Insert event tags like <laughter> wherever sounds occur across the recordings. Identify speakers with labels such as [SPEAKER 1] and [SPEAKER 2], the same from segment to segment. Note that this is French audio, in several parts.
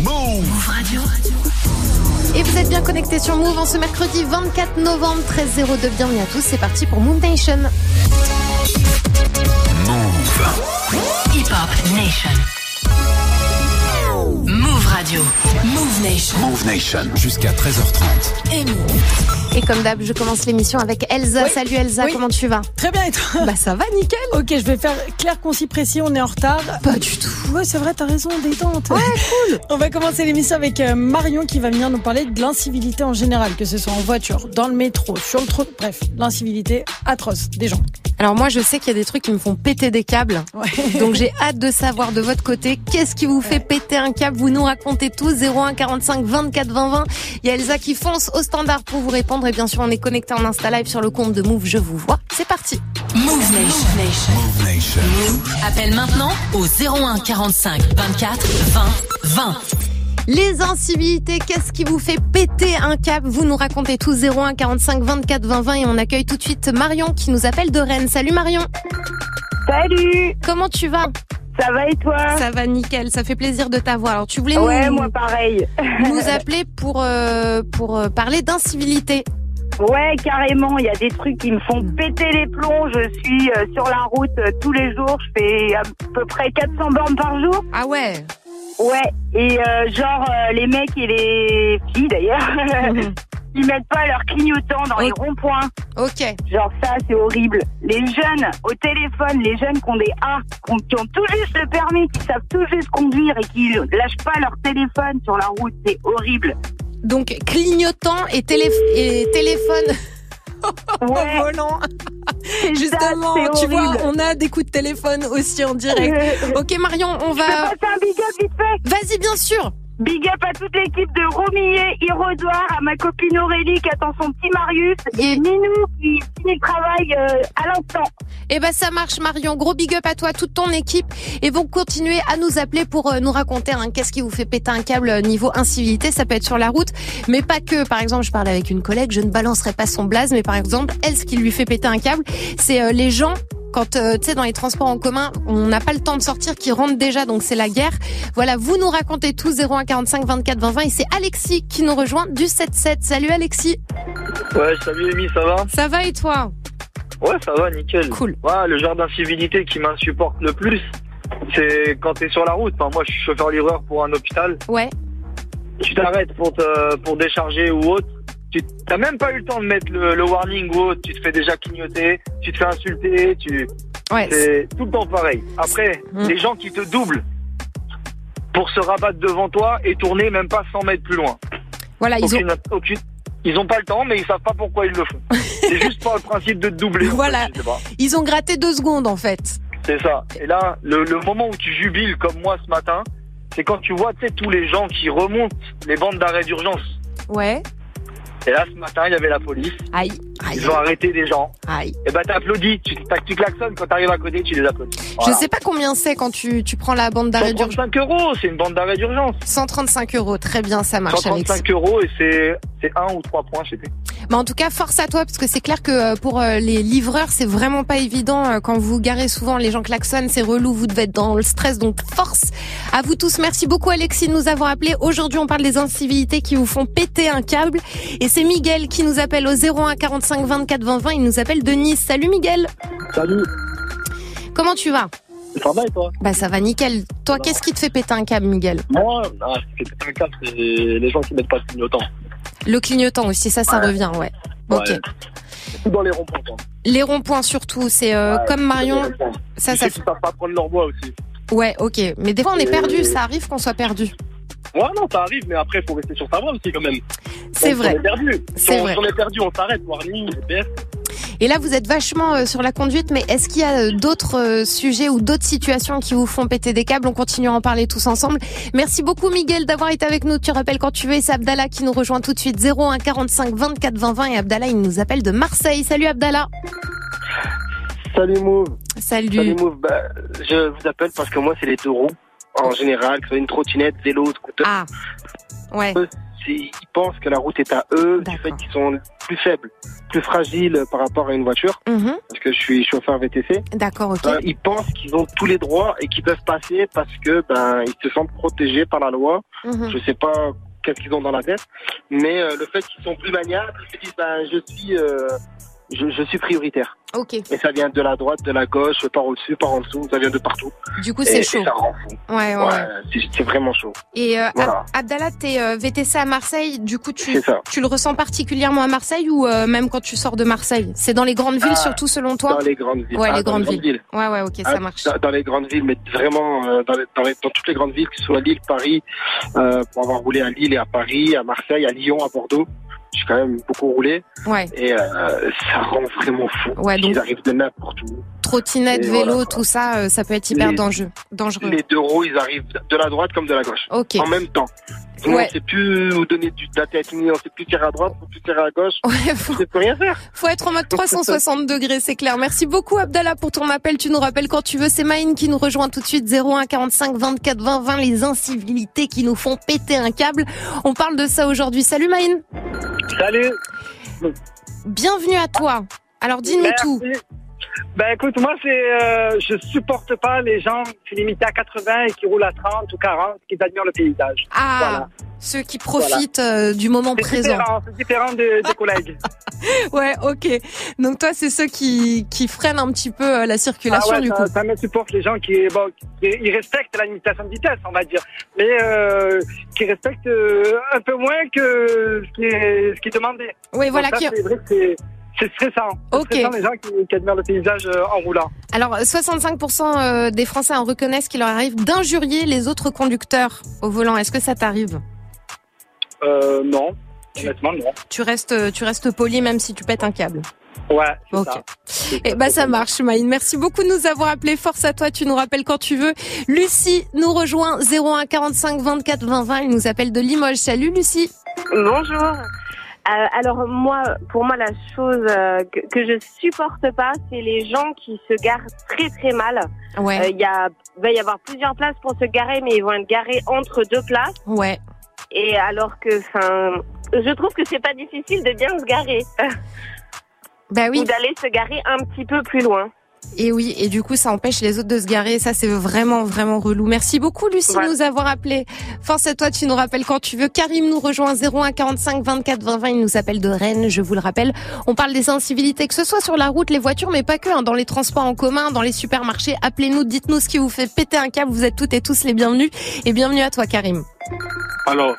[SPEAKER 1] Move Radio.
[SPEAKER 2] Et vous êtes bien connectés sur Move en ce mercredi 24 novembre 13.02. Bienvenue à tous, c'est parti pour Move Nation.
[SPEAKER 1] Hip Hop Nation. Move Radio. Move Nation.
[SPEAKER 3] Move Nation. Jusqu'à 13h30.
[SPEAKER 1] Et Move.
[SPEAKER 2] Et comme d'hab, je commence l'émission avec Elsa.
[SPEAKER 4] Oui.
[SPEAKER 2] Salut Elsa,
[SPEAKER 4] Oui.
[SPEAKER 2] comment tu vas
[SPEAKER 4] Très bien, et toi
[SPEAKER 2] Bah ça va, nickel.
[SPEAKER 4] Ok, je vais faire clair, concis, précis, on est en retard.
[SPEAKER 2] Pas du tout.
[SPEAKER 4] Ouais, c'est vrai, t'as raison, détente. Ouais, cool. <laughs> on va commencer l'émission avec euh, Marion qui va venir nous parler de l'incivilité en général, que ce soit en voiture, dans le métro, sur le trottoir, bref, l'incivilité atroce des gens.
[SPEAKER 2] Alors moi, je sais qu'il y a des trucs qui me font péter des câbles. Donc j'ai hâte de savoir de votre côté qu'est-ce qui vous fait péter un câble. Vous nous racontez tout 01 45 24 20 20. Il y a Elsa qui fonce au standard pour vous répondre et bien sûr on est connecté en Insta Live sur le compte de Move. Je vous vois. C'est parti.
[SPEAKER 1] Move Nation.
[SPEAKER 3] Move Nation.
[SPEAKER 1] Appelle maintenant au 01 45 24 20 20.
[SPEAKER 2] Les incivilités, qu'est-ce qui vous fait péter un câble Vous nous racontez tout 01 45 24 20 20 et on accueille tout de suite Marion qui nous appelle de Rennes. Salut Marion,
[SPEAKER 5] Salut,
[SPEAKER 2] comment tu vas
[SPEAKER 5] ça va et toi
[SPEAKER 2] Ça va nickel, ça fait plaisir de t'avoir. Alors tu voulais
[SPEAKER 5] Ouais,
[SPEAKER 2] nous,
[SPEAKER 5] moi pareil.
[SPEAKER 2] nous appeler pour euh, pour euh, parler d'incivilité.
[SPEAKER 5] Ouais, carrément, il y a des trucs qui me font
[SPEAKER 2] Mm.
[SPEAKER 5] péter les plombs. Je suis euh, sur la route euh, tous les jours, je fais à peu près 400 bornes par jour.
[SPEAKER 2] Ah ouais.
[SPEAKER 5] Ouais, et euh, genre euh, les mecs et les filles d'ailleurs,
[SPEAKER 2] Mm.
[SPEAKER 5] <laughs> ils mettent pas leur clignotant dans les ronds-points.
[SPEAKER 2] Ok.
[SPEAKER 5] Genre ça, c'est horrible. Les jeunes au téléphone, les jeunes qui ont des A, qui ont, qui ont tout juste le permis, qui savent tout juste conduire et qui lâchent pas leur téléphone sur la route, c'est horrible.
[SPEAKER 2] Donc clignotant et, télé et téléphone <laughs>
[SPEAKER 5] Ouais,
[SPEAKER 2] au volant.
[SPEAKER 5] c'est ça,
[SPEAKER 2] Justement,
[SPEAKER 5] c'est
[SPEAKER 2] tu vois,
[SPEAKER 5] horrible.
[SPEAKER 2] on a des coups de téléphone aussi en
[SPEAKER 5] <laughs>
[SPEAKER 2] direct.
[SPEAKER 5] Je
[SPEAKER 2] Ok Marion, on
[SPEAKER 5] peux
[SPEAKER 2] va.
[SPEAKER 5] passer un big up vite fait
[SPEAKER 2] Vas-y bien sûr.
[SPEAKER 5] Big up à toute l'équipe de Romillet, Irodoir, à ma copine Aurélie qui attend son petit Marius,
[SPEAKER 2] Et-
[SPEAKER 5] et Minou qui finit le travail euh, à l'instant.
[SPEAKER 2] Eh ben ça marche Marion, gros big up à toi, toute ton équipe et vous continuez à nous appeler pour euh, nous raconter hein, qu'est-ce qui vous fait péter un câble euh, niveau incivilité, ça peut être sur la route, mais pas que. Par exemple, je parlais avec une collègue, je ne balancerai pas son blaze, mais par exemple, elle ce qui lui fait péter un câble, c'est euh, les gens quand euh, tu sais dans les transports en commun, on n'a pas le temps de sortir qui rentrent déjà donc c'est la guerre. Voilà, vous nous racontez tout 0145 24 20 20 et c'est Alexis qui nous rejoint du 77. Salut Alexis,
[SPEAKER 6] Ouais, salut Amy, ça va
[SPEAKER 2] ça va et toi
[SPEAKER 6] Ouais, ça va, nickel.
[SPEAKER 2] Cool.
[SPEAKER 6] Ouais, le genre d'incivilité qui m'insupporte le plus, c'est quand t'es sur la route. Enfin, moi, je suis chauffeur livreur pour un hôpital.
[SPEAKER 2] Ouais.
[SPEAKER 6] Tu t'arrêtes pour te, pour décharger ou autre. Tu t'as même pas eu le temps de mettre le, le warning ou autre. Tu te fais déjà clignoter, tu te fais insulter. Tu
[SPEAKER 2] Ouais.
[SPEAKER 6] c'est tout le temps pareil. Après,
[SPEAKER 2] Mm.
[SPEAKER 6] les gens qui te doublent pour se rabattre devant toi et tourner même pas 100 mètres plus loin.
[SPEAKER 2] Voilà, ils ont
[SPEAKER 6] Aucune- aucune- Ils ont pas le temps, mais ils savent pas pourquoi ils
[SPEAKER 2] <laughs>
[SPEAKER 6] le font. C'est juste par le principe de te doubler. en fait,
[SPEAKER 2] Voilà.
[SPEAKER 6] je sais pas.
[SPEAKER 2] ils ont gratté deux secondes en fait.
[SPEAKER 6] C'est ça. Et là, le, le moment où tu jubiles comme moi ce matin, c'est quand tu vois, tu sais, tous les gens qui remontent les bandes d'arrêt d'urgence.
[SPEAKER 2] Ouais.
[SPEAKER 6] Et là, ce matin, il y avait la police.
[SPEAKER 2] Aïe, aïe,
[SPEAKER 6] Ils ont arrêté des gens.
[SPEAKER 2] aïe.
[SPEAKER 6] Et ben, t'applaudis. Tu, t'as- tu klaxonnes quand t'arrives à côté, tu les applaudis. Voilà.
[SPEAKER 2] Je sais pas combien c'est quand tu, tu prends la bande d'arrêt d'urgence.
[SPEAKER 6] 135 euros, c'est une bande d'arrêt d'urgence.
[SPEAKER 2] 135 euros, très bien, ça marche Alexis.
[SPEAKER 6] 135 euros et c'est, c'est un ou trois points, je sais plus.
[SPEAKER 2] Mais en tout cas, force à toi, parce que c'est clair que euh, pour euh, les livreurs, c'est vraiment pas évident. euh, Quand vous garez souvent, les gens klaxonnent, c'est relou, vous devez être dans le stress, donc force à vous tous. Merci beaucoup Alexis de nous avoir appelés. Aujourd'hui, on parle des incivilités qui vous font péter un câble. Et c'est Miguel qui nous appelle au 01 45 24 20 20, il nous appelle de Nice. Salut Miguel,
[SPEAKER 7] Salut,
[SPEAKER 2] comment tu vas
[SPEAKER 7] ça va et toi
[SPEAKER 2] Bah ça va nickel. Toi,
[SPEAKER 7] Ça va.
[SPEAKER 2] qu'est-ce qui te fait péter un câble Miguel
[SPEAKER 7] Moi, ah, c'est un cap, c'est les gens qui mettent pas de clignotant.
[SPEAKER 2] Le clignotant aussi, ça, ça revient, ouais. Ok.
[SPEAKER 7] Ouais. Tout dans les ronds-points. quoi.
[SPEAKER 2] Les ronds-points surtout, c'est euh,
[SPEAKER 7] Ouais,
[SPEAKER 2] comme
[SPEAKER 7] Dans
[SPEAKER 2] Marion,
[SPEAKER 7] les ronds-points.
[SPEAKER 2] ça,
[SPEAKER 7] Ceux
[SPEAKER 2] ça.
[SPEAKER 7] qui savent pas prendre leur voie aussi.
[SPEAKER 2] Ouais, ok. Mais des fois, on est
[SPEAKER 7] Et-
[SPEAKER 2] perdu. Ça arrive qu'on soit perdu.
[SPEAKER 7] Ouais, non, ça arrive, mais après, faut rester sur sa voie aussi quand même.
[SPEAKER 2] C'est
[SPEAKER 7] Même si
[SPEAKER 2] vrai.
[SPEAKER 7] On est perdu. Si
[SPEAKER 2] C'est
[SPEAKER 7] on,
[SPEAKER 2] vrai.
[SPEAKER 7] si on est perdu, on s'arrête. Warning, GPS.
[SPEAKER 2] Et là, vous êtes vachement euh, sur la conduite. Mais est-ce qu'il y a euh, d'autres euh, sujets ou d'autres situations qui vous font péter des câbles On continue à en parler tous ensemble. Merci beaucoup, Miguel, d'avoir été avec nous. Tu rappelles quand tu veux. Et c'est Abdallah qui nous rejoint tout de suite. 01 45 24 20 20. Et Abdallah, il nous appelle de Marseille. Salut, Abdallah.
[SPEAKER 8] Salut Move, salut
[SPEAKER 2] Salut.
[SPEAKER 8] Move. Bah, je vous appelle parce que moi, c'est les deux roues. En général, que ce soit une trottinette, vélo, scooter.
[SPEAKER 2] Ah. Ouais.
[SPEAKER 6] c'est- ils pensent que la route est à eux, du fait qu'ils sont plus faibles, plus fragiles par rapport à une voiture,
[SPEAKER 2] Mhm.
[SPEAKER 6] parce que je suis chauffeur VTC.
[SPEAKER 2] D'accord, ok.
[SPEAKER 6] Ben, ils pensent qu'ils ont tous les droits et qu'ils peuvent passer parce que ben ils se sentent protégés par la loi.
[SPEAKER 2] Mhm.
[SPEAKER 6] Je sais pas qu'est-ce qu'ils ont dans la tête, mais euh, le fait qu'ils sont plus maniables, ils se disent ben je suis euh, je, je suis prioritaire.
[SPEAKER 2] Ok.
[SPEAKER 6] Et ça vient de la droite, de la gauche, par au-dessus, par en dessous, ça vient de partout.
[SPEAKER 2] Du coup,
[SPEAKER 6] Et-
[SPEAKER 2] c'est
[SPEAKER 6] et
[SPEAKER 2] chaud.
[SPEAKER 6] ça rend fou.
[SPEAKER 2] Ouais, ouais. ouais.
[SPEAKER 6] Ouais, c'est- c'est vraiment chaud.
[SPEAKER 2] Et euh, Ab-
[SPEAKER 6] Voilà.
[SPEAKER 2] Abdallah, t'es euh, VTC à Marseille. Du coup, tu,
[SPEAKER 6] C'est ça.
[SPEAKER 2] tu le ressens particulièrement à Marseille ou euh, même quand tu sors de Marseille C'est dans les grandes villes
[SPEAKER 6] Ah,
[SPEAKER 2] surtout, selon toi
[SPEAKER 6] Dans les grandes villes.
[SPEAKER 2] Ouais,
[SPEAKER 6] Ah,
[SPEAKER 2] les
[SPEAKER 6] dans
[SPEAKER 2] grandes villes. Ouais, ouais, ok,
[SPEAKER 6] Ah,
[SPEAKER 2] ça marche.
[SPEAKER 6] Dans, dans les grandes villes, mais vraiment euh, dans, les- dans les- dans toutes les grandes villes, que ce soit Lille, Paris, euh, pour avoir roulé à Lille et à Paris, à Marseille, à Lyon, à Bordeaux. J'ai quand même beaucoup roulé
[SPEAKER 2] Ouais,
[SPEAKER 6] et euh, ça rend vraiment fou.
[SPEAKER 2] Ouais, donc-
[SPEAKER 6] Ils arrivent de n'importe où.
[SPEAKER 2] trottinette,
[SPEAKER 6] Et
[SPEAKER 2] vélo,
[SPEAKER 6] voilà.
[SPEAKER 2] tout ça, euh, ça peut être hyper
[SPEAKER 6] Les-
[SPEAKER 2] dangereux. dangereux.
[SPEAKER 6] Les deux roues, ils arrivent de la droite comme de la gauche.
[SPEAKER 2] Ok.
[SPEAKER 6] En même temps. Nous,
[SPEAKER 2] Ouais.
[SPEAKER 6] On ne sait plus où donner du, de la tête, ni on ne sait plus tirer à droite, on ne sait plus tirer à gauche.
[SPEAKER 2] Ouais,
[SPEAKER 6] On
[SPEAKER 2] faut,
[SPEAKER 6] ne sait plus rien faire.
[SPEAKER 2] faut être en
[SPEAKER 6] <laughs>
[SPEAKER 2] mode 360 degrés, c'est clair. Merci beaucoup Abdallah pour ton appel. Tu nous rappelles quand tu veux. C'est Maïn qui nous rejoint tout de suite. 01 45 24 20 20. Les incivilités qui nous font péter un câble. On parle de ça aujourd'hui. Salut Maïn.
[SPEAKER 8] Salut.
[SPEAKER 2] Bienvenue à toi. Alors dis-nous
[SPEAKER 8] Merci.
[SPEAKER 2] tout.
[SPEAKER 8] Ben écoute, moi c'est, euh, je supporte pas les gens qui sont limités à 80 et qui roulent à 30 ou 40, qui admirent le paysage.
[SPEAKER 2] Ah,
[SPEAKER 8] Voilà.
[SPEAKER 2] ceux qui profitent euh, du moment
[SPEAKER 8] C'est hein.
[SPEAKER 2] présent. Ah,
[SPEAKER 8] différent, c'est différent de- des collègues.
[SPEAKER 2] <laughs> Ouais, ok. Donc toi, c'est ceux qui, qui freinent un petit peu euh, la circulation
[SPEAKER 8] Ah ouais,
[SPEAKER 2] du
[SPEAKER 8] ça,
[SPEAKER 2] coup.
[SPEAKER 8] ça me supporte les gens qui, bon, qui- ils respectent la limitation de vitesse, on va dire, mais euh, qui respectent euh, un peu moins que ce qui est, ce qui est demandé.
[SPEAKER 2] Oui, voilà.
[SPEAKER 8] Donc ça,
[SPEAKER 2] Qui...
[SPEAKER 8] c'est vrai que c'est- c'est stressant. C'est
[SPEAKER 2] Ok.
[SPEAKER 8] stressant les gens qui, qui admirent le paysage euh, en roulant.
[SPEAKER 2] Alors, 65% euh, des Français en reconnaissent qu'il leur arrive d'injurier les autres conducteurs au volant. Est-ce que ça t'arrive
[SPEAKER 8] Euh, non, honnêtement non.
[SPEAKER 2] Tu restes, euh, tu restes poli même si tu pètes un câble.
[SPEAKER 8] Ouais, c'est
[SPEAKER 2] Ok.
[SPEAKER 8] ça.
[SPEAKER 2] Eh ben, ça marche, Maïne. Merci beaucoup de nous avoir appelés. Force à toi. Tu nous rappelles quand tu veux. Lucie nous rejoint 01 45 24 20 20. Elle nous appelle de Limoges. Salut, Lucie.
[SPEAKER 5] Bonjour. Euh, alors moi, pour moi, la chose euh, que, que je supporte pas, c'est les gens qui se garent très très mal.
[SPEAKER 2] Ouais.
[SPEAKER 5] Euh, Il y a, va y avoir plusieurs places pour se garer, mais ils vont être garés entre deux places.
[SPEAKER 2] Ouais.
[SPEAKER 5] Et alors que, enfin, je trouve que c'est pas difficile de bien se garer
[SPEAKER 2] Bah oui.
[SPEAKER 5] ou d'aller se garer un petit peu plus loin.
[SPEAKER 2] Et oui, et du coup, ça empêche les autres de se garer. Ça, c'est vraiment, vraiment relou. Merci beaucoup, Lucie, de
[SPEAKER 5] Ouais.
[SPEAKER 2] nous avoir appelé. Force à toi, tu nous rappelles quand tu veux. Karim nous rejoint 01 45 24 20 20. Il nous appelle de Rennes, je vous le rappelle. On parle des incivilités, que ce soit sur la route, les voitures, mais pas que, hein, dans les transports en commun, dans les supermarchés. Appelez-nous, dites-nous ce qui vous fait péter un câble. Vous êtes toutes et tous les bienvenus. Et bienvenue à toi, Karim.
[SPEAKER 9] Alors,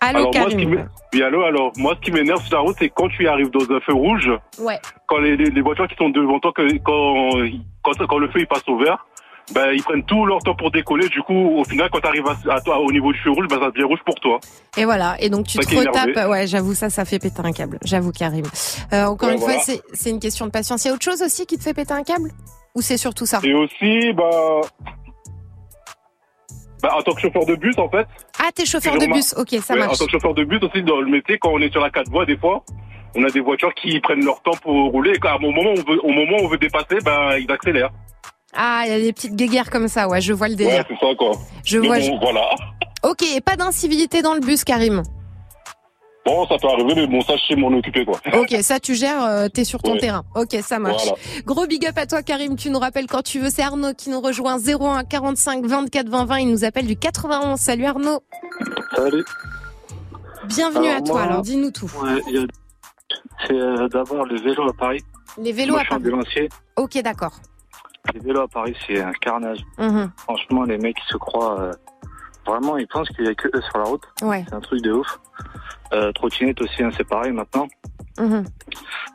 [SPEAKER 2] Allô,
[SPEAKER 9] alors moi, ce qui
[SPEAKER 2] Karim.
[SPEAKER 9] m'é- oui, allô, alors, moi, ce qui m'énerve sur la route, c'est quand tu arrives dans un feu rouge,
[SPEAKER 2] Ouais.
[SPEAKER 9] quand les, les- les voitures qui sont devant toi, que- quand, quand, quand le feu il passe au vert, ben, ils prennent tout leur temps pour décoller. Du coup, au final, quand tu arrives à, à toi, au niveau du feu rouge, ben, ça devient rouge pour toi.
[SPEAKER 2] Et voilà. Et donc, tu
[SPEAKER 9] Ça
[SPEAKER 2] te
[SPEAKER 9] qui est énervé.
[SPEAKER 2] retapes. Ouais, j'avoue, ça, ça fait péter un câble. J'avoue, Karim. Euh, encore
[SPEAKER 9] Ouais,
[SPEAKER 2] une
[SPEAKER 9] voilà.
[SPEAKER 2] fois, c'est- c'est une question de patience. Il y a autre chose aussi qui te fait péter un câble? Ou c'est surtout ça?
[SPEAKER 9] Et aussi, ben, ben, en tant que chauffeur de bus, en fait,
[SPEAKER 2] Ah, t'es chauffeur
[SPEAKER 9] Je
[SPEAKER 2] de
[SPEAKER 9] remarque-
[SPEAKER 2] bus. Ok, ça
[SPEAKER 9] ouais, en
[SPEAKER 2] marche.
[SPEAKER 9] tant que chauffeur de bus aussi, dans le métier, quand on est sur la quatre voies, des fois, on a des voitures qui prennent leur temps pour rouler. Et quand, au moment où on veut, au moment où on veut dépasser, ben, ils accélèrent.
[SPEAKER 2] Ah, il y a des petites guéguerres comme ça. Ouais, je vois le
[SPEAKER 9] Ouais,
[SPEAKER 2] délire.
[SPEAKER 9] c'est ça, quoi.
[SPEAKER 2] je
[SPEAKER 9] Mais
[SPEAKER 2] vois.
[SPEAKER 9] bon, voilà.
[SPEAKER 2] je- Ok, et pas d'incivilité dans le bus,
[SPEAKER 9] <laughs>
[SPEAKER 2] Karim.
[SPEAKER 9] Bon, ça peut arriver, mais bon, ça, je sais m'en occuper, quoi.
[SPEAKER 2] Ok, ça tu gères. euh, t'es sur ton
[SPEAKER 9] Ouais.
[SPEAKER 2] terrain. Ok, ça marche.
[SPEAKER 9] Voilà.
[SPEAKER 2] Gros big up à toi, Karim. Tu nous rappelles quand tu veux. C'est Arnaud qui nous rejoint. 01 45 24 20 20. Il nous appelle du 91. Salut Arnaud.
[SPEAKER 10] Salut.
[SPEAKER 2] Bienvenue
[SPEAKER 10] Alors,
[SPEAKER 2] à toi.
[SPEAKER 10] moi-
[SPEAKER 2] Alors, dis-nous tout.
[SPEAKER 10] Ouais, il y a- C'est euh, d'abord le vélo à Paris.
[SPEAKER 2] Les vélos
[SPEAKER 10] Moi,
[SPEAKER 2] à
[SPEAKER 10] je suis
[SPEAKER 2] Paris.
[SPEAKER 10] ambulancier.
[SPEAKER 2] Ok, d'accord.
[SPEAKER 10] Les vélos à Paris, c'est un carnage.
[SPEAKER 2] Mhm.
[SPEAKER 10] Franchement, les mecs ils se croient. euh, vraiment, ils pensent qu'il n'y a que eux sur la route.
[SPEAKER 2] Ouais.
[SPEAKER 10] C'est un truc de ouf. Euh, trottinette aussi, hein, c'est pareil maintenant.
[SPEAKER 2] Mhm.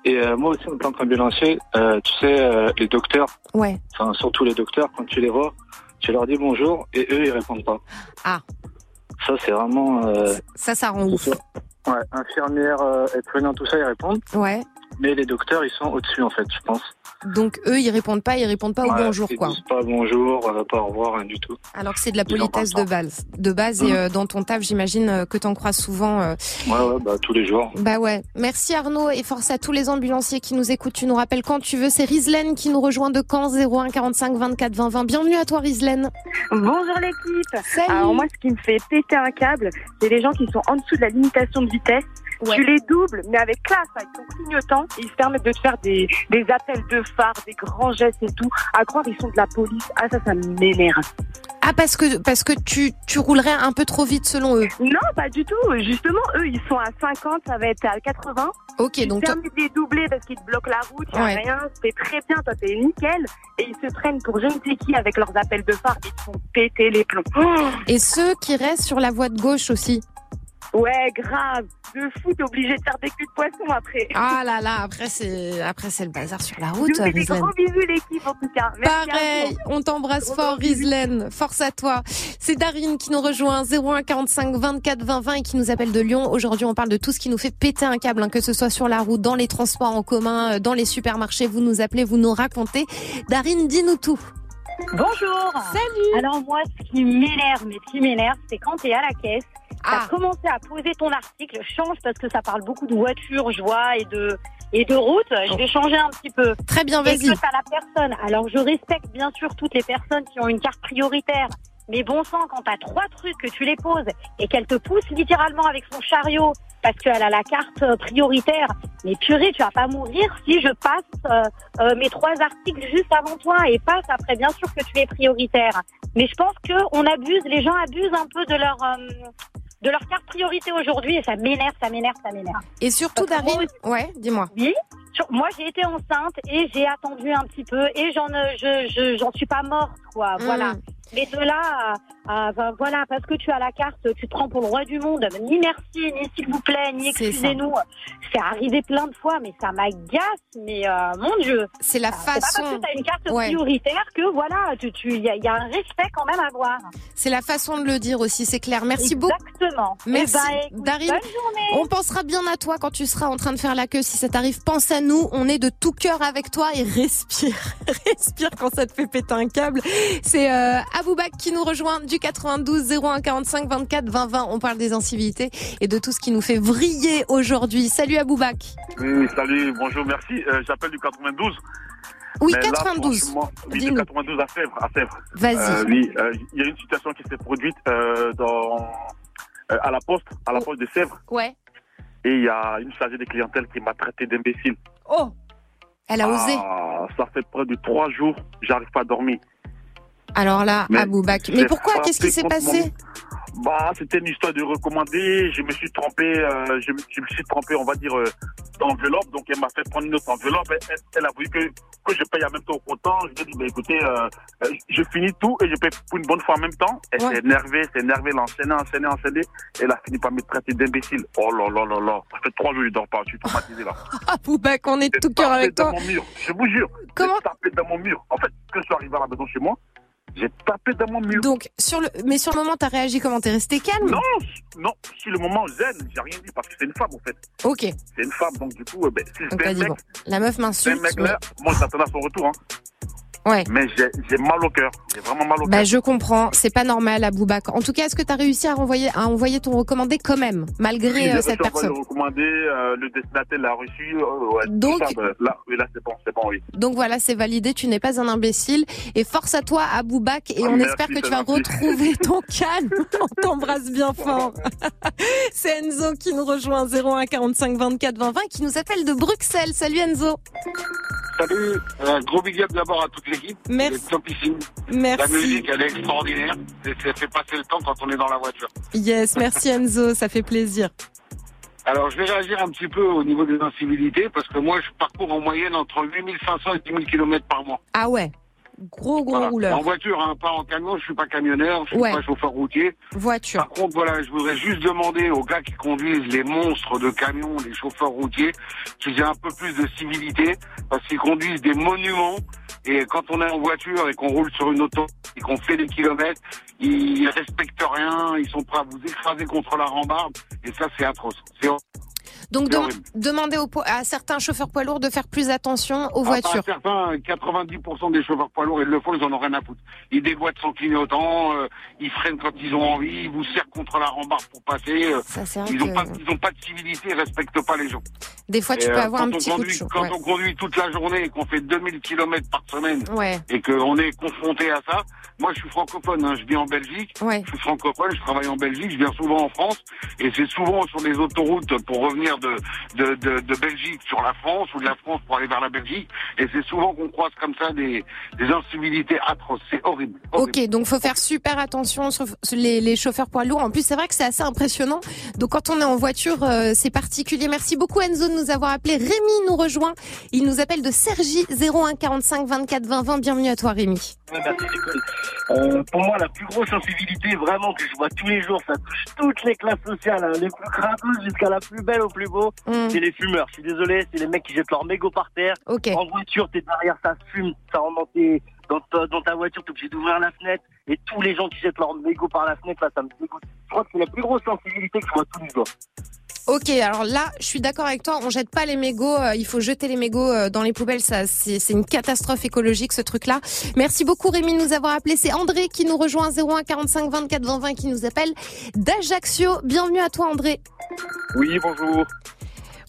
[SPEAKER 10] Et euh, moi aussi, en tant qu'ambulancier, euh, tu sais, euh, les docteurs,
[SPEAKER 2] Ouais.
[SPEAKER 10] enfin surtout les docteurs, quand tu les vois, tu leur dis bonjour et eux, ils répondent pas.
[SPEAKER 2] Ah.
[SPEAKER 10] Ça, c'est vraiment. euh,
[SPEAKER 2] Ça, ça rend ouf.
[SPEAKER 10] ouais, infirmière, euh, aide-soignant, tout ça, ils répondent.
[SPEAKER 2] Ouais.
[SPEAKER 10] mais les docteurs, ils sont au-dessus, en fait, je pense.
[SPEAKER 2] Donc eux, ils répondent pas, ils répondent pas
[SPEAKER 10] Voilà,
[SPEAKER 2] au bonjour,
[SPEAKER 10] ils
[SPEAKER 2] quoi.
[SPEAKER 10] disent pas bonjour, euh, pas au revoir, rien du tout.
[SPEAKER 2] Alors que c'est de la
[SPEAKER 10] Ils en
[SPEAKER 2] politesse de
[SPEAKER 10] parlent
[SPEAKER 2] base. De base, et
[SPEAKER 10] Mhm.
[SPEAKER 2] euh, dans ton taf, j'imagine euh, que t'en croises souvent. euh.
[SPEAKER 10] Ouais, ouais, bah, tous les jours.
[SPEAKER 2] Bah ouais. Merci Arnaud et force à tous les ambulanciers qui nous écoutent. Tu nous rappelles quand tu veux. C'est Rislaine qui nous rejoint de Caen, 01 45 24 20 20. Bienvenue à toi, Rislaine.
[SPEAKER 5] Bonjour l'équipe. Alors moi, ce qui me fait péter un câble, c'est les gens qui sont en dessous de la limitation de vitesse.
[SPEAKER 2] Ouais.
[SPEAKER 5] Tu les doubles, mais avec classe, avec ton clignotant, ils se permettent de te faire des, des appels de phare, des grands gestes et tout. À croire qu'ils sont de la police. Ah ça, ça m'énerve.
[SPEAKER 2] Ah parce que parce que tu tu roulerais un peu trop vite selon eux.
[SPEAKER 5] Non, pas du tout. Justement, eux, ils sont à 50, ça va être à 80.
[SPEAKER 2] Ok,
[SPEAKER 5] ils
[SPEAKER 2] donc
[SPEAKER 5] Ils permettent de les doubler parce qu'ils te bloquent la route, y a
[SPEAKER 2] Ouais.
[SPEAKER 5] rien. C'est très bien, toi, t'es nickel. Et ils se prennent pour je ne sais qui avec leurs appels de phare. Ils te font péter les plombs. Oh
[SPEAKER 2] Et ceux qui restent sur la voie de gauche aussi.
[SPEAKER 5] Ouais, grave. De fou, t'es obligé de faire des culs de poisson après.
[SPEAKER 2] Ah là là, après c'est après c'est le bazar sur la route.
[SPEAKER 5] Nous, c'est des
[SPEAKER 2] Rislaine.
[SPEAKER 5] gros bisous, l'équipe, en tout cas. Merci à
[SPEAKER 2] Pareil,
[SPEAKER 5] vous.
[SPEAKER 2] on t'embrasse fort, Rislaine. Force à toi. C'est Darine qui nous rejoint, 01 45 24 20 20 et qui nous appelle de Lyon. Aujourd'hui, on parle de tout ce qui nous fait péter un câble, hein, que ce soit sur la route, dans les transports en commun, euh, dans les supermarchés. Vous nous appelez, vous nous racontez. Darine, dis-nous tout.
[SPEAKER 11] Bonjour. Salut. Alors moi, ce qui m'énerve, mais qui m'énerve, c'est quand t'es à la caisse, t'as commencé à poser ton article, change parce que ça parle beaucoup de voitures, je vois, et de et de route. Je vais changer un petit peu.
[SPEAKER 2] Très bien, vas-y.
[SPEAKER 11] Et que t'as la personne. Alors je respecte bien sûr toutes les personnes qui ont une carte prioritaire. Mais bon sang, quand t'as trois trucs que tu les poses et qu'elle te pousse littéralement avec son chariot parce qu'elle a la carte euh, prioritaire, mais purée, tu vas pas mourir si je passe euh, euh, mes trois articles juste avant toi et passe après, bien sûr que tu es prioritaire. Mais je pense que on abuse, les gens abusent un peu de leur euh, de leur carte priorité aujourd'hui et ça m'énerve, ça m'énerve, ça m'énerve.
[SPEAKER 2] Et surtout, Darine, ouais, dis-moi.
[SPEAKER 11] Oui. Sur- Moi, j'ai été enceinte et j'ai attendu un petit peu et j'en euh, je je- j'en suis pas morte quoi.
[SPEAKER 2] Mm.
[SPEAKER 11] Voilà. Mais de là, à- à- ben, voilà, parce que tu as la carte, tu te prends pour le roi du monde. Ni merci, ni s'il vous plaît, ni
[SPEAKER 2] C'est ça.
[SPEAKER 11] excusez-nous. C'est arrivé plein de fois, mais ça m'agace. Mais euh, mon Dieu.
[SPEAKER 2] C'est la
[SPEAKER 11] C'est pas parce
[SPEAKER 2] façon-
[SPEAKER 11] que t'as une carte
[SPEAKER 2] Ouais.
[SPEAKER 11] prioritaire que voilà, tu tu il y, a- il y a un respect quand même à avoir.
[SPEAKER 2] C'est la façon de le dire aussi, c'est clair. Merci beaucoup.
[SPEAKER 11] Exactement. Eh
[SPEAKER 2] Merci,
[SPEAKER 11] ben, écoute,
[SPEAKER 2] Darine.
[SPEAKER 11] bonne journée.
[SPEAKER 2] On pensera bien à toi quand tu seras en train de faire la queue. Si ça t'arrive, pense à nous. On est de tout cœur avec toi et respire. <laughs> respire quand ça te fait péter un câble. C'est euh, Aboubak qui nous rejoint du 92 01 45 24 20 20. On parle des incivilités et de tout ce qui nous fait vriller aujourd'hui. Salut Aboubak.
[SPEAKER 9] Oui, salut, bonjour, merci. Euh, J'appelle du 92.
[SPEAKER 2] Oui,
[SPEAKER 9] Mais là,
[SPEAKER 2] 92.
[SPEAKER 9] franchement, oui, de
[SPEAKER 2] Dis-nous.
[SPEAKER 9] 92 à Sèvres. À Sèvres.
[SPEAKER 2] Vas-y.
[SPEAKER 9] Euh, oui, euh, il y a une situation qui s'est produite euh, dans, euh, à la poste, à
[SPEAKER 2] Oh.
[SPEAKER 9] la poste de Sèvres.
[SPEAKER 2] Ouais.
[SPEAKER 9] Et il y a une chargée de clientèle qui m'a traité d'imbécile.
[SPEAKER 2] Oh. Elle a osé.
[SPEAKER 9] Ah, ça fait près de trois jours, j'arrive pas à dormir.
[SPEAKER 2] Alors là,
[SPEAKER 9] Mais
[SPEAKER 2] Ah, Aboubak.
[SPEAKER 9] j'ai
[SPEAKER 2] Mais pourquoi Qu'est-ce qui
[SPEAKER 9] frappé
[SPEAKER 2] s'est
[SPEAKER 9] contre mon-
[SPEAKER 2] passé
[SPEAKER 9] Bah, c'était une histoire de recommandé. Je me suis trompé, euh, je, me- je me suis trompé, on va dire, euh, d'enveloppe. Donc, elle m'a fait prendre une autre enveloppe. Elle, elle- elle a voulu que, que je paye en même temps au comptant. Je lui ai dit, bah, écoutez, euh, euh, je finis tout et je paye pour une bonne fois en même temps. Elle
[SPEAKER 3] Ouais.
[SPEAKER 9] s'est énervée, s'est énervée, elle a enchaîné, enchaîné, enchaîné. Elle a fini par me traiter d'imbécile. Oh là là là là. Ça fait trois jours que je dors pas. Je suis
[SPEAKER 2] <laughs>
[SPEAKER 9] traumatisé là.
[SPEAKER 2] Ah, Aboubak, on bah, est de tout cœur avec
[SPEAKER 9] dans
[SPEAKER 2] toi.
[SPEAKER 9] mon mur. Je vous jure. J'ai tapé dans mon mur. En fait, quand je suis arrivé à la maison chez moi, j'ai tapé dans mon mur.
[SPEAKER 2] Donc sur le, mais sur le moment, t'as réagi comment T'es resté calme
[SPEAKER 9] Non, non, sur le moment zen, j'ai rien dit parce que c'est une femme en fait.
[SPEAKER 2] Ok.
[SPEAKER 9] C'est une femme, donc du coup, euh, ben, si
[SPEAKER 2] Donc
[SPEAKER 9] c'était
[SPEAKER 2] t'as
[SPEAKER 9] un
[SPEAKER 2] dit
[SPEAKER 9] mec,
[SPEAKER 2] bon. La meuf
[SPEAKER 9] c'était un
[SPEAKER 2] m'insulte.
[SPEAKER 9] mec
[SPEAKER 2] mais-
[SPEAKER 9] là, moi j'attendais à son retour. Hein.
[SPEAKER 2] Ouais.
[SPEAKER 9] Mais j'ai j'ai mal au cœur, j'ai vraiment mal au
[SPEAKER 2] Bah,
[SPEAKER 9] cœur.
[SPEAKER 2] je comprends, c'est pas normal à Boubac. En tout cas, est-ce que tu as réussi à, renvoyer, à envoyer ton recommandé quand même,
[SPEAKER 9] Oui, j'ai
[SPEAKER 2] malgré euh,
[SPEAKER 9] reçu
[SPEAKER 2] cette
[SPEAKER 9] un vol
[SPEAKER 2] personne
[SPEAKER 9] recommandé, euh, le destinataire l'a reçu. euh, ouais, tout
[SPEAKER 2] Donc-
[SPEAKER 9] ça, ben, là, oui, là c'est bon, c'est bon, oui.
[SPEAKER 2] Donc voilà, c'est validé, tu n'es pas un imbécile. Et force à toi à Boubac et
[SPEAKER 9] Ah,
[SPEAKER 2] on
[SPEAKER 9] merci,
[SPEAKER 2] espère que
[SPEAKER 9] c'est
[SPEAKER 2] tu vas
[SPEAKER 9] gentil. <laughs>
[SPEAKER 2] retrouver ton calme. On t'embrasse bien fort. <laughs> c'est Enzo qui nous rejoint 01 45 24 20 20 qui nous appelle de Bruxelles. Salut Enzo.
[SPEAKER 3] Salut, un gros big up d'abord à toute l'équipe.
[SPEAKER 2] Merci.
[SPEAKER 3] Vous êtes topissime.
[SPEAKER 2] Merci.
[SPEAKER 3] La musique, elle est extraordinaire. Et ça fait passer le temps quand on est dans la voiture.
[SPEAKER 2] Yes, merci Enzo, ça fait plaisir.
[SPEAKER 3] Alors, je vais réagir un petit peu au niveau des incivilités parce que moi, je parcours en moyenne entre 8500 et 10 000 km par mois.
[SPEAKER 2] Ah ouais, gros gros
[SPEAKER 3] Voilà.
[SPEAKER 2] rouleur.
[SPEAKER 3] En voiture, hein, pas en camion, je suis pas camionneur, je suis
[SPEAKER 2] Ouais.
[SPEAKER 3] pas chauffeur routier.
[SPEAKER 2] Voiture.
[SPEAKER 3] Par contre, voilà, je voudrais juste demander aux gars qui conduisent les monstres de camions, les chauffeurs routiers, qu'ils aient un peu plus de civilité, parce qu'ils conduisent des monuments, et quand on est en voiture et qu'on roule sur une auto et qu'on fait des kilomètres, ils respectent rien, ils sont prêts à vous écraser contre la rambarde, et ça, c'est atroce. C'est
[SPEAKER 2] Donc
[SPEAKER 3] C'est
[SPEAKER 2] dem-
[SPEAKER 3] horrible.
[SPEAKER 2] demandez aux po- à certains chauffeurs poids lourds de faire plus attention aux
[SPEAKER 3] Ah,
[SPEAKER 2] voitures.
[SPEAKER 3] par certains, 90% des chauffeurs poids lourds, ils le font, ils en ont rien à foutre. Ils déboîtent sans clignotant, euh, ils freinent quand ils ont envie, ils vous serrent contre la rambarde pour passer. euh,
[SPEAKER 2] c'est vrai
[SPEAKER 3] ils n'ont
[SPEAKER 2] que-
[SPEAKER 3] pas, ils ont pas de civilité, ils respectent pas les gens.
[SPEAKER 2] Des fois, tu
[SPEAKER 3] Et,
[SPEAKER 2] peux
[SPEAKER 3] euh,
[SPEAKER 2] avoir un
[SPEAKER 3] quand on
[SPEAKER 2] petit coup de
[SPEAKER 3] conduit-
[SPEAKER 2] chaud.
[SPEAKER 3] Quand
[SPEAKER 2] ouais.
[SPEAKER 3] on conduit toute la journée et qu'on fait 2000 km par semaine
[SPEAKER 2] Ouais.
[SPEAKER 3] et qu'on est confronté à ça, moi je suis francophone, hein, je vis en Belgique,
[SPEAKER 2] Ouais.
[SPEAKER 3] je suis francophone, je travaille en Belgique, je viens souvent en France et c'est souvent sur les autoroutes pour revenir de, de, de, de Belgique sur la France ou de la France pour aller vers la Belgique et c'est souvent qu'on croise comme ça des, des incivilités atroces, c'est horrible.
[SPEAKER 2] Ok, donc faut faire super attention sur sur les, les chauffeurs poids lourds. En plus, c'est vrai que c'est assez impressionnant. Donc quand on est en voiture, euh, c'est particulier. Merci beaucoup Enzo de nous avoir appelé. Rémi nous rejoint. Il nous appelle de Sergi 01 45 24 20 20. Bienvenue à toi Rémi.
[SPEAKER 7] Ouais, merci, Nicole. Euh, pour moi, la plus grosse sensibilité, vraiment, que je vois tous les jours, ça touche toutes les classes sociales, hein, les plus cracos jusqu'à la plus belle au plus beau, c'est les fumeurs. Je suis désolé, c'est les mecs qui jettent leur mégot par terre. En voiture, t'es derrière, ça fume, ça rentre dans, tes- dans ta, dans ta voiture, t'es obligé d'ouvrir la fenêtre. Et tous les gens qui jettent leur mégot par la fenêtre, là, ça me dégoûte. Je crois que c'est la plus grosse sensibilité que je vois tous les jours.
[SPEAKER 2] Ok, alors là, je suis d'accord avec toi. On jette pas les mégots. euh, il faut jeter les mégots euh, dans les poubelles. Ça, c'est c'est une catastrophe écologique ce truc-là. Merci beaucoup Rémi de nous avoir appelé. C'est André qui nous rejoint 01 45 24 20 20 qui nous appelle d'Ajaccio. Bienvenue à toi André.
[SPEAKER 6] Oui, bonjour.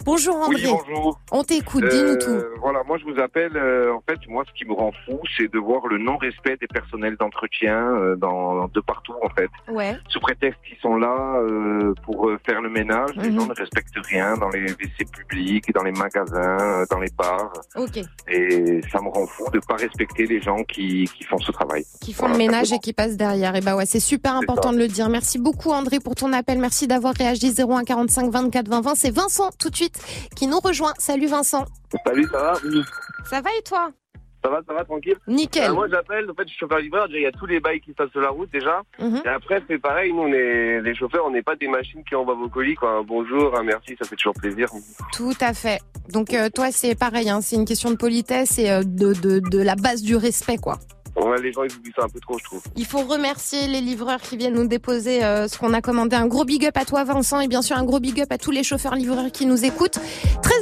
[SPEAKER 2] Bonjour André.
[SPEAKER 6] Oui, bonjour.
[SPEAKER 2] On t'écoute, dis-nous tout.
[SPEAKER 6] Euh, Voilà, moi je vous appelle. euh, en fait, moi ce qui me rend fou, c'est de voir le non-respect des personnels d'entretien euh, dans, de partout, en fait.
[SPEAKER 2] Ouais.
[SPEAKER 6] Sous prétexte qu'ils sont là euh, pour euh, faire le ménage, les
[SPEAKER 2] Mhm.
[SPEAKER 6] gens ne respectent rien dans les WC publics, dans les magasins, euh, dans les bars.
[SPEAKER 2] Ok.
[SPEAKER 6] Et ça me rend fou de ne pas respecter les gens qui, qui font ce travail.
[SPEAKER 2] Qui font le ménage et qui passent derrière. Et bah ouais, c'est super important de le dire. Merci beaucoup André pour ton appel. Merci d'avoir réagi 01 45 24 20 20. C'est Vincent tout de suite qui nous rejoint. Salut Vincent.
[SPEAKER 5] Salut, ça va
[SPEAKER 2] Ça va et toi
[SPEAKER 5] Ça va, ça va, tranquille
[SPEAKER 2] Nickel.
[SPEAKER 5] Euh, moi, j'appelle, en fait, je suis chauffeur livreur. Déjà, il y a tous les bails qui se passent sur la route, déjà.
[SPEAKER 2] Mhm.
[SPEAKER 5] Et après, c'est pareil, nous, on est, les chauffeurs, on n'est pas des machines qui envoient vos colis, quoi. Un bonjour, un merci, ça fait toujours plaisir.
[SPEAKER 2] Tout à fait. Donc euh, toi c'est pareil, hein, c'est une question de politesse et euh, de, de, de la base du respect quoi.
[SPEAKER 5] Ouais, les gens, ils oublient ça un peu trop, je trouve.
[SPEAKER 2] Il faut remercier les livreurs qui viennent nous déposer euh, ce qu'on a commandé. Un gros big up à toi Vincent et bien sûr un gros big up à tous les chauffeurs livreurs qui nous écoutent.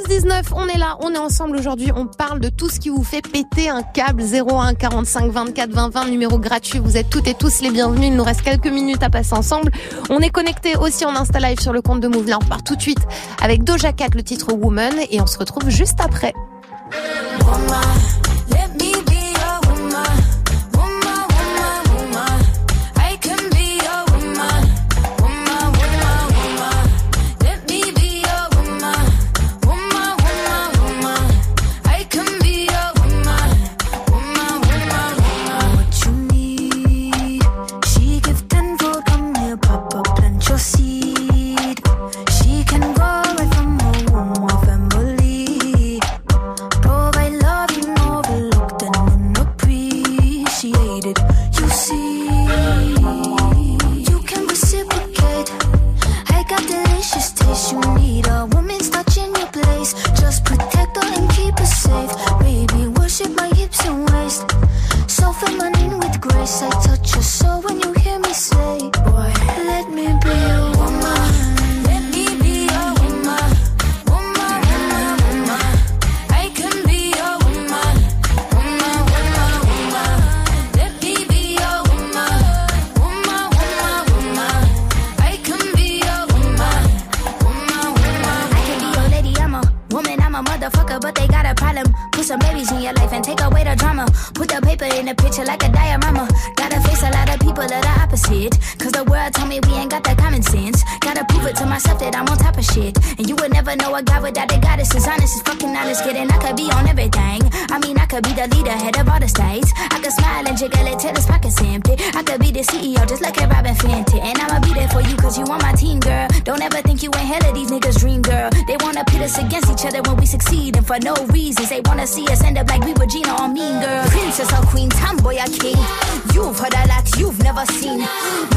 [SPEAKER 2] 13-19, on est là, on est ensemble aujourd'hui. On parle de tout ce qui vous fait péter un câble. 01 45 24 20 20, numéro gratuit. Vous êtes toutes et tous les bienvenus. Il nous reste quelques minutes à passer ensemble. On est connectés aussi en Insta Live sur le compte de Move. Là, on part tout de suite avec Doja Cat, le titre Woman et on se retrouve juste après.
[SPEAKER 1] Let me be your woman, woman, woman, woman. I can be your woman, woman, woman, woman. Let me be your woman, woman, woman, woman. I can be your woman, woman, woman, woman. What you need, she give tenfold. Come here, pop up, plant your seed. She can go right from the womb of Emily. Provide love and overlooked and unappreciated. You see, you can reciprocate. I got delicious taste. You need a woman's touch in your place. Just protect her and keep her safe. Baby, worship my hips and waist. So feminine with grace. I touch your soul when you hear me say, Boy, let me be a woman. Let me be a woman. Woman, woman, woman. I can be a woman. Woman, woman, woman. Let me be a woman. Woman, woman, woman. I can be a woman. Woman, woman,
[SPEAKER 12] I can be your lady, I'm a woman, I'm a motherfucker, but they got a problem. Put some babies in your life and take away the drama. Put the paper in the picture like a diorama. Gotta face a lot of people of the opposite. Cause the world told me we ain't got that common sense. Gotta prove it to myself that I'm on top of shit. And you would never know a guy without a goddess. As honest as fucking honest, kidding. I could be on everything. I mean, I could be the leader, head of all the states. I could smile and jiggle it till his pockets empty. I could be the CEO, just like a Robin Fenty. And I'ma be there for you cause you on my team, girl. Don't ever think you ain't hell of these niggas' dream, girl. They wanna pit us against each other when we succeed. And for no reasons, they wanna see us end up like we were Gina or Mean Girl. Princess or queen, tomboy or king. You've heard a lot, you've never seen.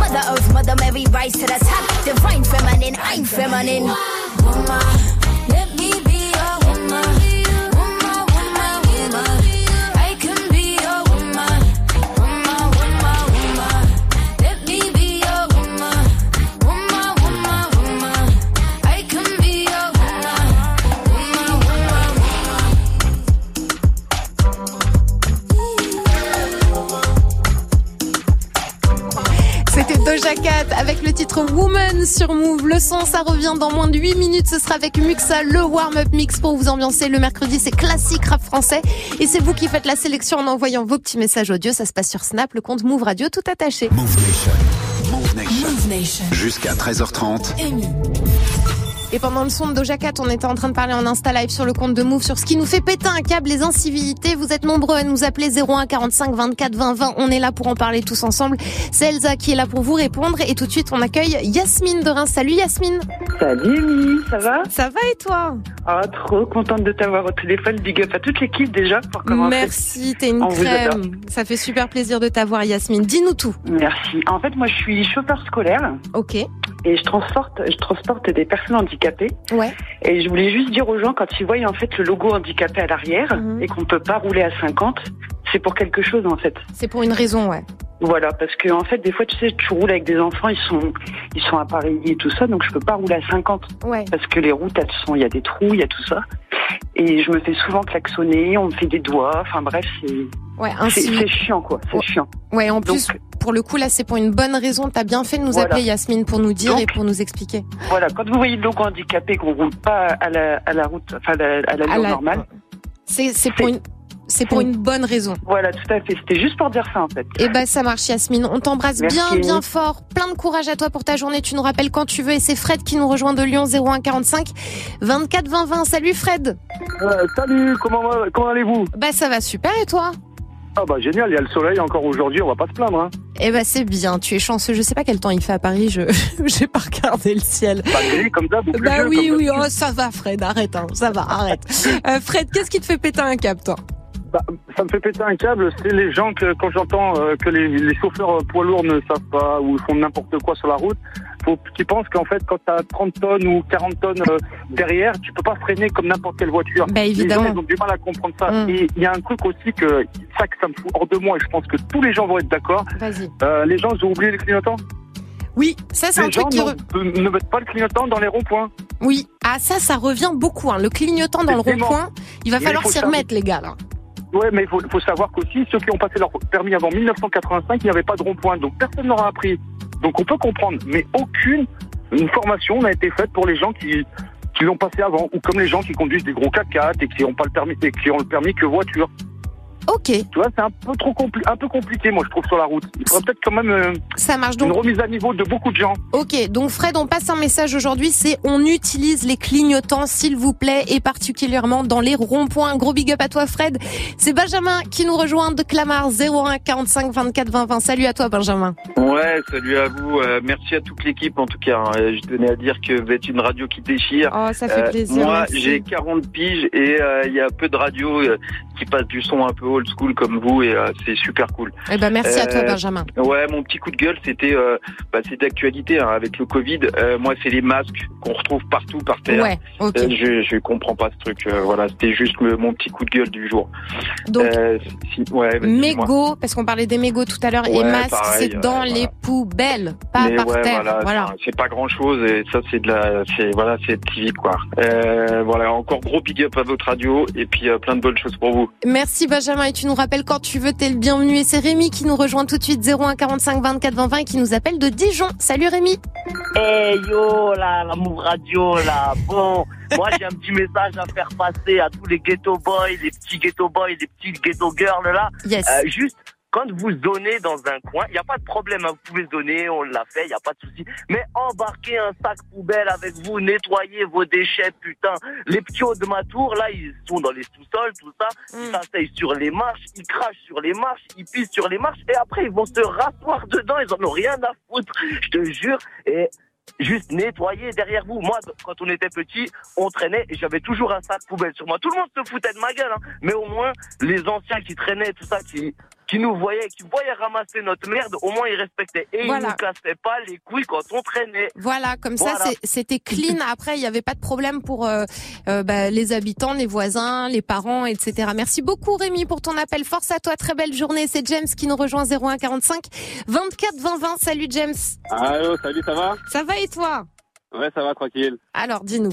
[SPEAKER 12] Mother Earth, Mother Mary, rise to the top. Divine feminine, I'm feminine.
[SPEAKER 1] Let me be your woman, woman, woman, woman. I can be your woman, woman, woman, woman. Let me be your woman, woman, woman, woman. I can be your woman,
[SPEAKER 2] C'était Doja Cat avec le titre Woman sur Move. Le son, ça revient dans moins de 8 minutes. Ce sera avec Muxa, le warm-up mix pour vous ambiancer. Le mercredi, c'est classique rap français. Et c'est vous qui faites la sélection en envoyant vos petits messages audio. Ça se passe sur Snap, le compte Move Radio, tout attaché.
[SPEAKER 13] Move Nation. Move Nation. Jusqu'à 13h30.
[SPEAKER 2] Et pendant le son de Doja Cat, on était en train de parler en Insta Live sur le compte de Move sur ce qui nous fait péter un câble, les incivilités. Vous êtes nombreux à nous appeler 01 45 24 20 20. On est là pour en parler tous ensemble. C'est Elsa qui est là pour vous répondre. Et tout de suite, on accueille Yasmine de Reims. Salut Yasmine.
[SPEAKER 14] Salut Émilie, ça va
[SPEAKER 2] Ça va et toi
[SPEAKER 14] Ah, trop contente de t'avoir au téléphone. Big up à toute l'équipe déjà pour commencer.
[SPEAKER 2] Merci, t'es une
[SPEAKER 14] On vous adore.
[SPEAKER 2] crème. Ça fait super plaisir de t'avoir Yasmine. Dis-nous tout.
[SPEAKER 14] Merci. En fait, moi, je suis chauffeur scolaire.
[SPEAKER 2] Ok.
[SPEAKER 14] Et je transporte, je transporte des personnes handicapées.
[SPEAKER 2] Ouais.
[SPEAKER 14] Et je voulais juste dire aux gens, quand ils voient en fait le logo handicapé à l'arrière
[SPEAKER 2] Mhm.
[SPEAKER 14] et qu'on ne peut pas rouler à 50, c'est pour quelque chose en fait.
[SPEAKER 2] C'est pour une raison, ouais.
[SPEAKER 14] Voilà, parce que en fait, des fois, tu sais, tu roules avec des enfants, ils sont, ils sont appareillés et tout ça, donc je peux pas rouler à 50.
[SPEAKER 2] Ouais.
[SPEAKER 14] Parce que les routes, elles sont, il y a des trous, il y a tout ça. Et je me fais souvent klaxonner, on me fait des doigts, enfin bref, c'est,
[SPEAKER 2] Ouais, ainsi.
[SPEAKER 14] c'est, c'est chiant quoi, c'est chiant.
[SPEAKER 2] Ouais, en plus, pour le coup, là, c'est pour une bonne raison. T'as bien fait de nous
[SPEAKER 14] Voilà.
[SPEAKER 2] appeler Yasmine pour nous dire
[SPEAKER 14] Donc-
[SPEAKER 2] et pour nous expliquer.
[SPEAKER 14] Voilà, quand vous voyez le logo handicapé qu'on roule pas à la, à la route, enfin à la, à la
[SPEAKER 2] À
[SPEAKER 14] ligne
[SPEAKER 2] la-
[SPEAKER 14] normale.
[SPEAKER 2] C'est, c'est pour une, c'est pour une bonne raison.
[SPEAKER 14] Voilà, tout à fait. C'était juste pour dire ça en fait.
[SPEAKER 2] Eh ben, ça marche, Yasmine. On t'embrasse
[SPEAKER 14] Merci.
[SPEAKER 2] bien, bien fort. Plein de courage à toi pour ta journée. Tu nous rappelles quand tu veux. Et c'est Fred qui nous rejoint de Lyon 0145 24 20 20. Salut, Fred.
[SPEAKER 6] Euh, salut, comment, va- comment allez-vous
[SPEAKER 2] Bah, ça va super. Et toi?
[SPEAKER 6] Ah bah génial, il y a le soleil encore aujourd'hui, on va pas se plaindre. Hein.
[SPEAKER 2] Eh ben, c'est bien. Tu es chanceux. Je sais pas quel temps il fait à Paris. Je, <laughs> j'ai pas regardé le ciel.
[SPEAKER 6] Pas gris comme ça, vous
[SPEAKER 2] Bah oui, oui, oh, ça va, Fred, arrête, hein, ça va, arrête. Euh, Fred, qu'est-ce qui te fait péter un câble, toi
[SPEAKER 6] Ça me fait péter un câble, c'est les gens que quand j'entends euh, que les, les chauffeurs euh, poids lourds ne savent pas ou font n'importe quoi sur la route, faut qu'ils pensent qu'en fait quand t'as 30 tonnes ou 40 tonnes euh, derrière, tu peux pas freiner comme n'importe quelle voiture.
[SPEAKER 2] Bah, évidemment. Hum.
[SPEAKER 6] Les gens ils ont du mal à comprendre ça. Et il y a un truc aussi que ça que ça me fout hors de moi et je pense que tous les gens vont être d'accord.
[SPEAKER 2] Vas-y.
[SPEAKER 6] Euh, les gens ils ont oublié les clignotants.
[SPEAKER 2] Oui, ça c'est
[SPEAKER 6] les
[SPEAKER 2] un truc
[SPEAKER 6] gens
[SPEAKER 2] qui... re-
[SPEAKER 6] n'ont- ne mettent pas le clignotant dans les ronds-points.
[SPEAKER 2] Oui, ah ça, ça revient beaucoup, hein. le clignotant dans le
[SPEAKER 6] Effectivement.
[SPEAKER 2] rond-point, il va
[SPEAKER 6] Mais
[SPEAKER 2] falloir
[SPEAKER 6] faut
[SPEAKER 2] s'y
[SPEAKER 6] savoir-
[SPEAKER 2] remettre, les gars, là.
[SPEAKER 6] Ouais, mais il faut, faut savoir qu'aussi, ceux qui ont passé leur permis avant 1985, il n'y avait pas de rond-point, donc personne n'aura appris. Donc on peut comprendre, mais aucune une formation n'a été faite pour les gens qui, qui l'ont passé avant, ou comme les gens qui conduisent des gros 4x4 et qui n'ont pas le permis, et qui ont le permis que voiture.
[SPEAKER 2] Ok. Tu
[SPEAKER 6] vois, c'est un peu trop compli- un peu compliqué, moi, je trouve, sur la route. Il faudrait peut-être quand même euh,
[SPEAKER 2] Ça marche
[SPEAKER 6] une
[SPEAKER 2] donc.
[SPEAKER 6] remise à niveau de beaucoup de gens.
[SPEAKER 2] Ok, donc Fred, on passe un message aujourd'hui, c'est on utilise les clignotants, s'il vous plaît, et particulièrement dans les ronds-points. Gros big up à toi, Fred. C'est Benjamin qui nous rejoint de Clamart 01 45 24 20 20. Salut à toi, Benjamin.
[SPEAKER 15] Eh Ouais, salut à vous. Euh, merci à toute l'équipe en tout cas. hein. Euh, Je tenais à dire que vous êtes une radio qui déchire. Euh,
[SPEAKER 2] Oh, ça fait plaisir,
[SPEAKER 15] moi,
[SPEAKER 2] merci.
[SPEAKER 15] j'ai 40 piges et euh, il y a peu de radios euh, qui passent du son un peu old school comme vous et euh, c'est super cool.
[SPEAKER 2] Eh ben, merci à toi,
[SPEAKER 15] Euh,
[SPEAKER 2] Benjamin.
[SPEAKER 15] Ouais, mon petit coup de gueule, c'était euh, bah, c'est d'actualité hein, avec le Covid. Euh, moi, c'est les masques qu'on retrouve partout par terre.
[SPEAKER 2] Ouais, ok.
[SPEAKER 15] Euh, je, je comprends pas ce truc. Euh, voilà, c'était juste le- mon petit coup de gueule du jour.
[SPEAKER 2] Donc,
[SPEAKER 15] Euh, si- ouais, vas-y, dis-moi.
[SPEAKER 2] mégots, parce qu'on parlait des mégots tout à l'heure, et
[SPEAKER 15] Ouais,
[SPEAKER 2] masques,
[SPEAKER 15] pareil,
[SPEAKER 2] c'est
[SPEAKER 15] ouais,
[SPEAKER 2] dans
[SPEAKER 15] voilà.
[SPEAKER 2] les poubelles, pas
[SPEAKER 15] Mais
[SPEAKER 2] par
[SPEAKER 15] ouais,
[SPEAKER 2] terre.
[SPEAKER 15] Voilà, enfin, C'est pas grand chose et ça c'est de la, c'est voilà, c'est civique quoi. Euh, voilà, encore gros big up à votre radio et puis euh, plein de bonnes choses pour vous.
[SPEAKER 2] Merci Benjamin et tu nous rappelles quand tu veux, t'es le bienvenu. Et c'est Rémi qui nous rejoint tout de suite 01 45 24 20 20 et qui nous appelle de Dijon. Salut Rémi.
[SPEAKER 7] Eh yo, là, la Move Radio, là. Bon, moi j'ai un petit message à faire passer à tous les ghetto boys, les petits ghetto boys, les petites ghetto girls, là.
[SPEAKER 2] Yes.
[SPEAKER 7] Euh, juste, quand vous donnez dans un coin, il n'y a pas de problème, hein, vous pouvez donner, on l'a fait, il n'y a pas de souci. Mais embarquez un sac poubelle avec vous, nettoyez vos déchets, putain. Les petits hauts de ma tour, là, ils sont dans les sous-sols, tout ça. Ils s'asseyent sur les marches, ils crachent sur les marches, ils pissent sur les marches, et après, ils vont se rasseoir dedans, ils en ont rien à foutre, je te jure. Et juste nettoyer derrière vous. Moi, quand on était petit, on traînait et j'avais toujours un sac poubelle sur moi. Tout le monde se foutait de ma gueule, hein. mais au moins les anciens qui traînaient, tout ça, qui qui nous voyaient, qui voyaient ramasser notre merde, au moins ils respectaient et
[SPEAKER 2] Voilà.
[SPEAKER 7] ils nous cassaient pas les couilles quand on traînait.
[SPEAKER 2] Voilà, comme ça
[SPEAKER 7] Voilà.
[SPEAKER 2] c'est- c'était clean. Après, il n'y avait pas de problème pour euh, euh, bah, les habitants, les voisins, les parents, etc. Merci beaucoup Rémi pour ton appel. Force à toi, très belle journée. C'est James qui nous rejoint 01 45 24 20 20. Salut James.
[SPEAKER 16] Allô, salut, ça va
[SPEAKER 2] Ça va et toi
[SPEAKER 16] Ouais, ça va, tranquille.
[SPEAKER 2] Alors, dis-nous.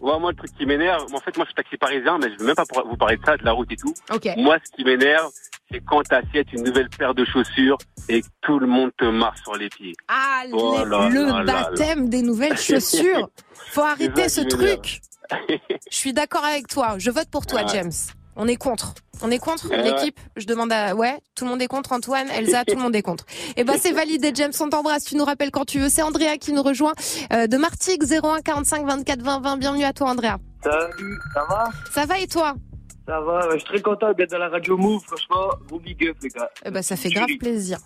[SPEAKER 16] Ouais, moi, le truc qui m'énerve, moi, en fait, moi, je suis taxi parisien, mais je veux même pas pour- vous parler de ça, de la route et tout.
[SPEAKER 2] Ok.
[SPEAKER 16] Moi, ce qui m'énerve,
[SPEAKER 17] c'est quand t'achètes une nouvelle paire de chaussures et que tout le monde te marche sur les pieds.
[SPEAKER 2] Ah,
[SPEAKER 17] Oh
[SPEAKER 2] les-
[SPEAKER 17] là
[SPEAKER 2] le
[SPEAKER 17] là là
[SPEAKER 2] baptême
[SPEAKER 17] là.
[SPEAKER 2] des
[SPEAKER 17] <laughs>
[SPEAKER 2] nouvelles chaussures. Faut arrêter ce
[SPEAKER 17] C'est ça qui m'énerve.
[SPEAKER 2] truc.
[SPEAKER 17] <laughs>
[SPEAKER 2] Je suis d'accord avec toi. Je vote pour toi,
[SPEAKER 17] Ouais.
[SPEAKER 2] James. On est contre. On est contre
[SPEAKER 17] Eh ouais.
[SPEAKER 2] l'équipe. Je demande à ouais, tout le monde est contre. Antoine, Elsa, tout le monde est contre. Et ben c'est validé. James, on t'embrasse. Tu nous rappelles quand tu veux. C'est Andrea qui nous rejoint euh, de Martigues 01 45 24 20 20. Bienvenue à toi, Andrea.
[SPEAKER 6] Salut, ça va
[SPEAKER 2] Ça va et toi
[SPEAKER 6] Ça va, ouais, je suis très content d'être dans la radio Move, franchement, gros big up les gars.
[SPEAKER 2] Eh ben ça fait grave plaisir.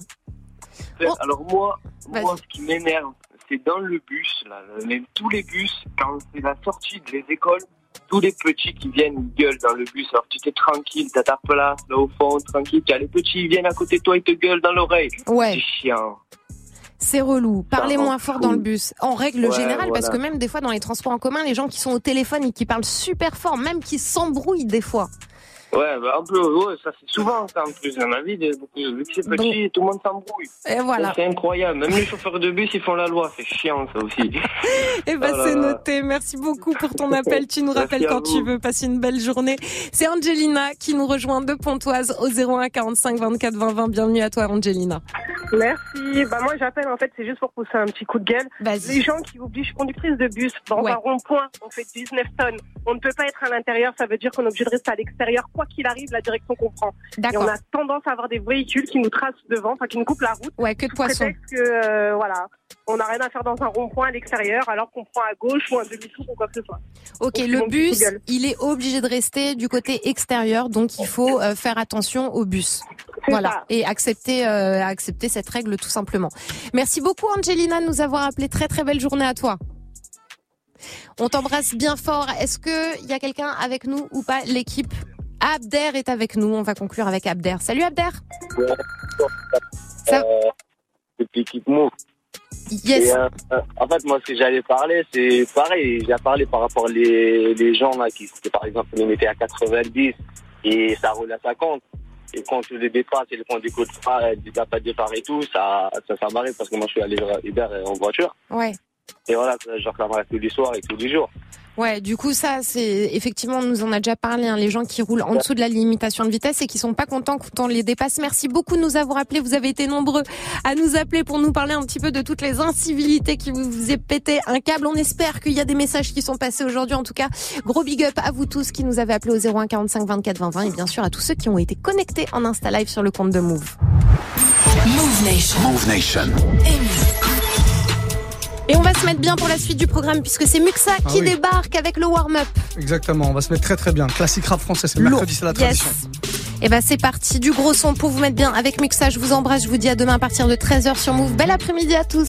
[SPEAKER 6] Frère, Alors moi, moi ce qui m'énerve, c'est dans le bus, là, les- tous les bus, quand c'est la sortie des écoles, tous les petits qui viennent, ils gueulent dans le bus. Alors tu t'es tranquille, t'as ta place là au fond, tranquille, t'as les petits, ils viennent à côté de toi, ils te gueulent dans l'oreille.
[SPEAKER 2] Ouais.
[SPEAKER 6] C'est chiant.
[SPEAKER 2] C'est relou. Parlez
[SPEAKER 6] rend
[SPEAKER 2] moins fort dans le bus. En règle
[SPEAKER 6] Ouais,
[SPEAKER 2] générale, parce
[SPEAKER 6] voilà.
[SPEAKER 2] que même des fois dans les transports en commun, les gens qui sont au téléphone et qui parlent super fort, même qui s'embrouillent des fois.
[SPEAKER 6] Ouais, bah, un peu, ouais, ça c'est souvent ça en plus, dans la vie, de- beaucoup- vu que c'est petit, tout le monde s'embrouille.
[SPEAKER 2] Et voilà.
[SPEAKER 6] C'est incroyable, même les chauffeurs de bus ils font la loi, c'est chiant ça aussi.
[SPEAKER 2] Eh ben,
[SPEAKER 6] Oh là
[SPEAKER 2] c'est
[SPEAKER 6] là.
[SPEAKER 2] noté. Merci beaucoup pour ton appel. Tu nous
[SPEAKER 6] Merci
[SPEAKER 2] rappelles
[SPEAKER 6] à
[SPEAKER 2] quand tu
[SPEAKER 6] vous.
[SPEAKER 2] veux. Passe une belle journée. C'est Angelina qui nous rejoint de Pontoise au 01 45 24 20 20. Bienvenue à toi, Angelina.
[SPEAKER 5] Merci. Bah moi j'appelle en fait c'est juste pour pousser un petit coup de gueule. Les gens qui oublient, je suis conductrice de bus dans
[SPEAKER 2] Ouais.
[SPEAKER 5] un rond-point, on fait 19 tonnes. On ne peut pas être à l'intérieur, ça veut dire qu'on est obligé de rester à l'extérieur, quoi qu'il arrive, la direction qu'on prend. Et
[SPEAKER 2] D'accord.
[SPEAKER 5] on a tendance à avoir des véhicules qui nous tracent devant, enfin qui nous coupent la route.
[SPEAKER 2] Ouais, que de
[SPEAKER 5] sous
[SPEAKER 2] poissons.
[SPEAKER 5] prétexte que euh, voilà, on n'a rien à faire dans un rond-point à l'extérieur, alors qu'on prend à gauche ou un demi-tour ou quoi que ce soit.
[SPEAKER 2] Ok,
[SPEAKER 5] Donc,
[SPEAKER 2] le
[SPEAKER 5] mon petit coup de
[SPEAKER 2] bus,
[SPEAKER 5] gueule.
[SPEAKER 2] il est obligé de rester du côté extérieur, donc il faut euh, faire attention au bus. Voilà, et accepter, euh, accepter cette règle tout simplement. Merci beaucoup Angelina de nous avoir appelé. Très très belle journée à toi. On t'embrasse bien fort. Est-ce que il y a quelqu'un avec nous ou pas L'équipe Abder est avec nous. On va conclure avec Abder. Salut Abder. Ça-
[SPEAKER 18] Euh, depuis Keep Move.
[SPEAKER 2] Yes.
[SPEAKER 18] Et, euh, euh, en fait, moi, ce que j'allais parler, c'est pareil. J'ai parlé par rapport les, les gens là, qui, qui, par exemple, nous mettaient à 90 et ça roule à 50. Et quand tu les dépasses et le prends des coups de phare, euh, des appâts de phare et tout, ça, ça, ça m'arrive parce que moi, je suis allé vers Uber euh, en voiture.
[SPEAKER 2] Ouais.
[SPEAKER 18] Et voilà, je reclamerai tous les soirs et tous les jours.
[SPEAKER 2] Ouais, du coup, ça, c'est effectivement, on nous en a déjà parlé, hein, les gens qui roulent en dessous de la limitation de vitesse et qui sont pas contents quand on les dépasse. Merci beaucoup de nous avoir appelés. Vous avez été nombreux à nous appeler pour nous parler un petit peu de toutes les incivilités qui vous, vous aient pété un câble. On espère qu'il y a des messages qui sont passés aujourd'hui. En tout cas, gros big up à vous tous qui nous avez appelés au 01 45 24 20 20 et bien sûr à tous ceux qui ont été connectés en Insta Live sur le compte de Move.
[SPEAKER 1] Move Nation. Move Nation.
[SPEAKER 2] Et on va se mettre bien pour la suite du programme puisque c'est Muxa
[SPEAKER 19] Ah
[SPEAKER 2] qui
[SPEAKER 19] oui.
[SPEAKER 2] débarque avec le warm-up.
[SPEAKER 19] Exactement, on va se mettre très très bien. Classique rap français, c'est mercredi, c'est la
[SPEAKER 2] Yes.
[SPEAKER 19] tradition.
[SPEAKER 2] Et ben c'est parti, du gros son pour vous mettre bien avec Muxa. Je vous embrasse, je vous dis à demain à partir de 13h sur Move. Bel après-midi à tous.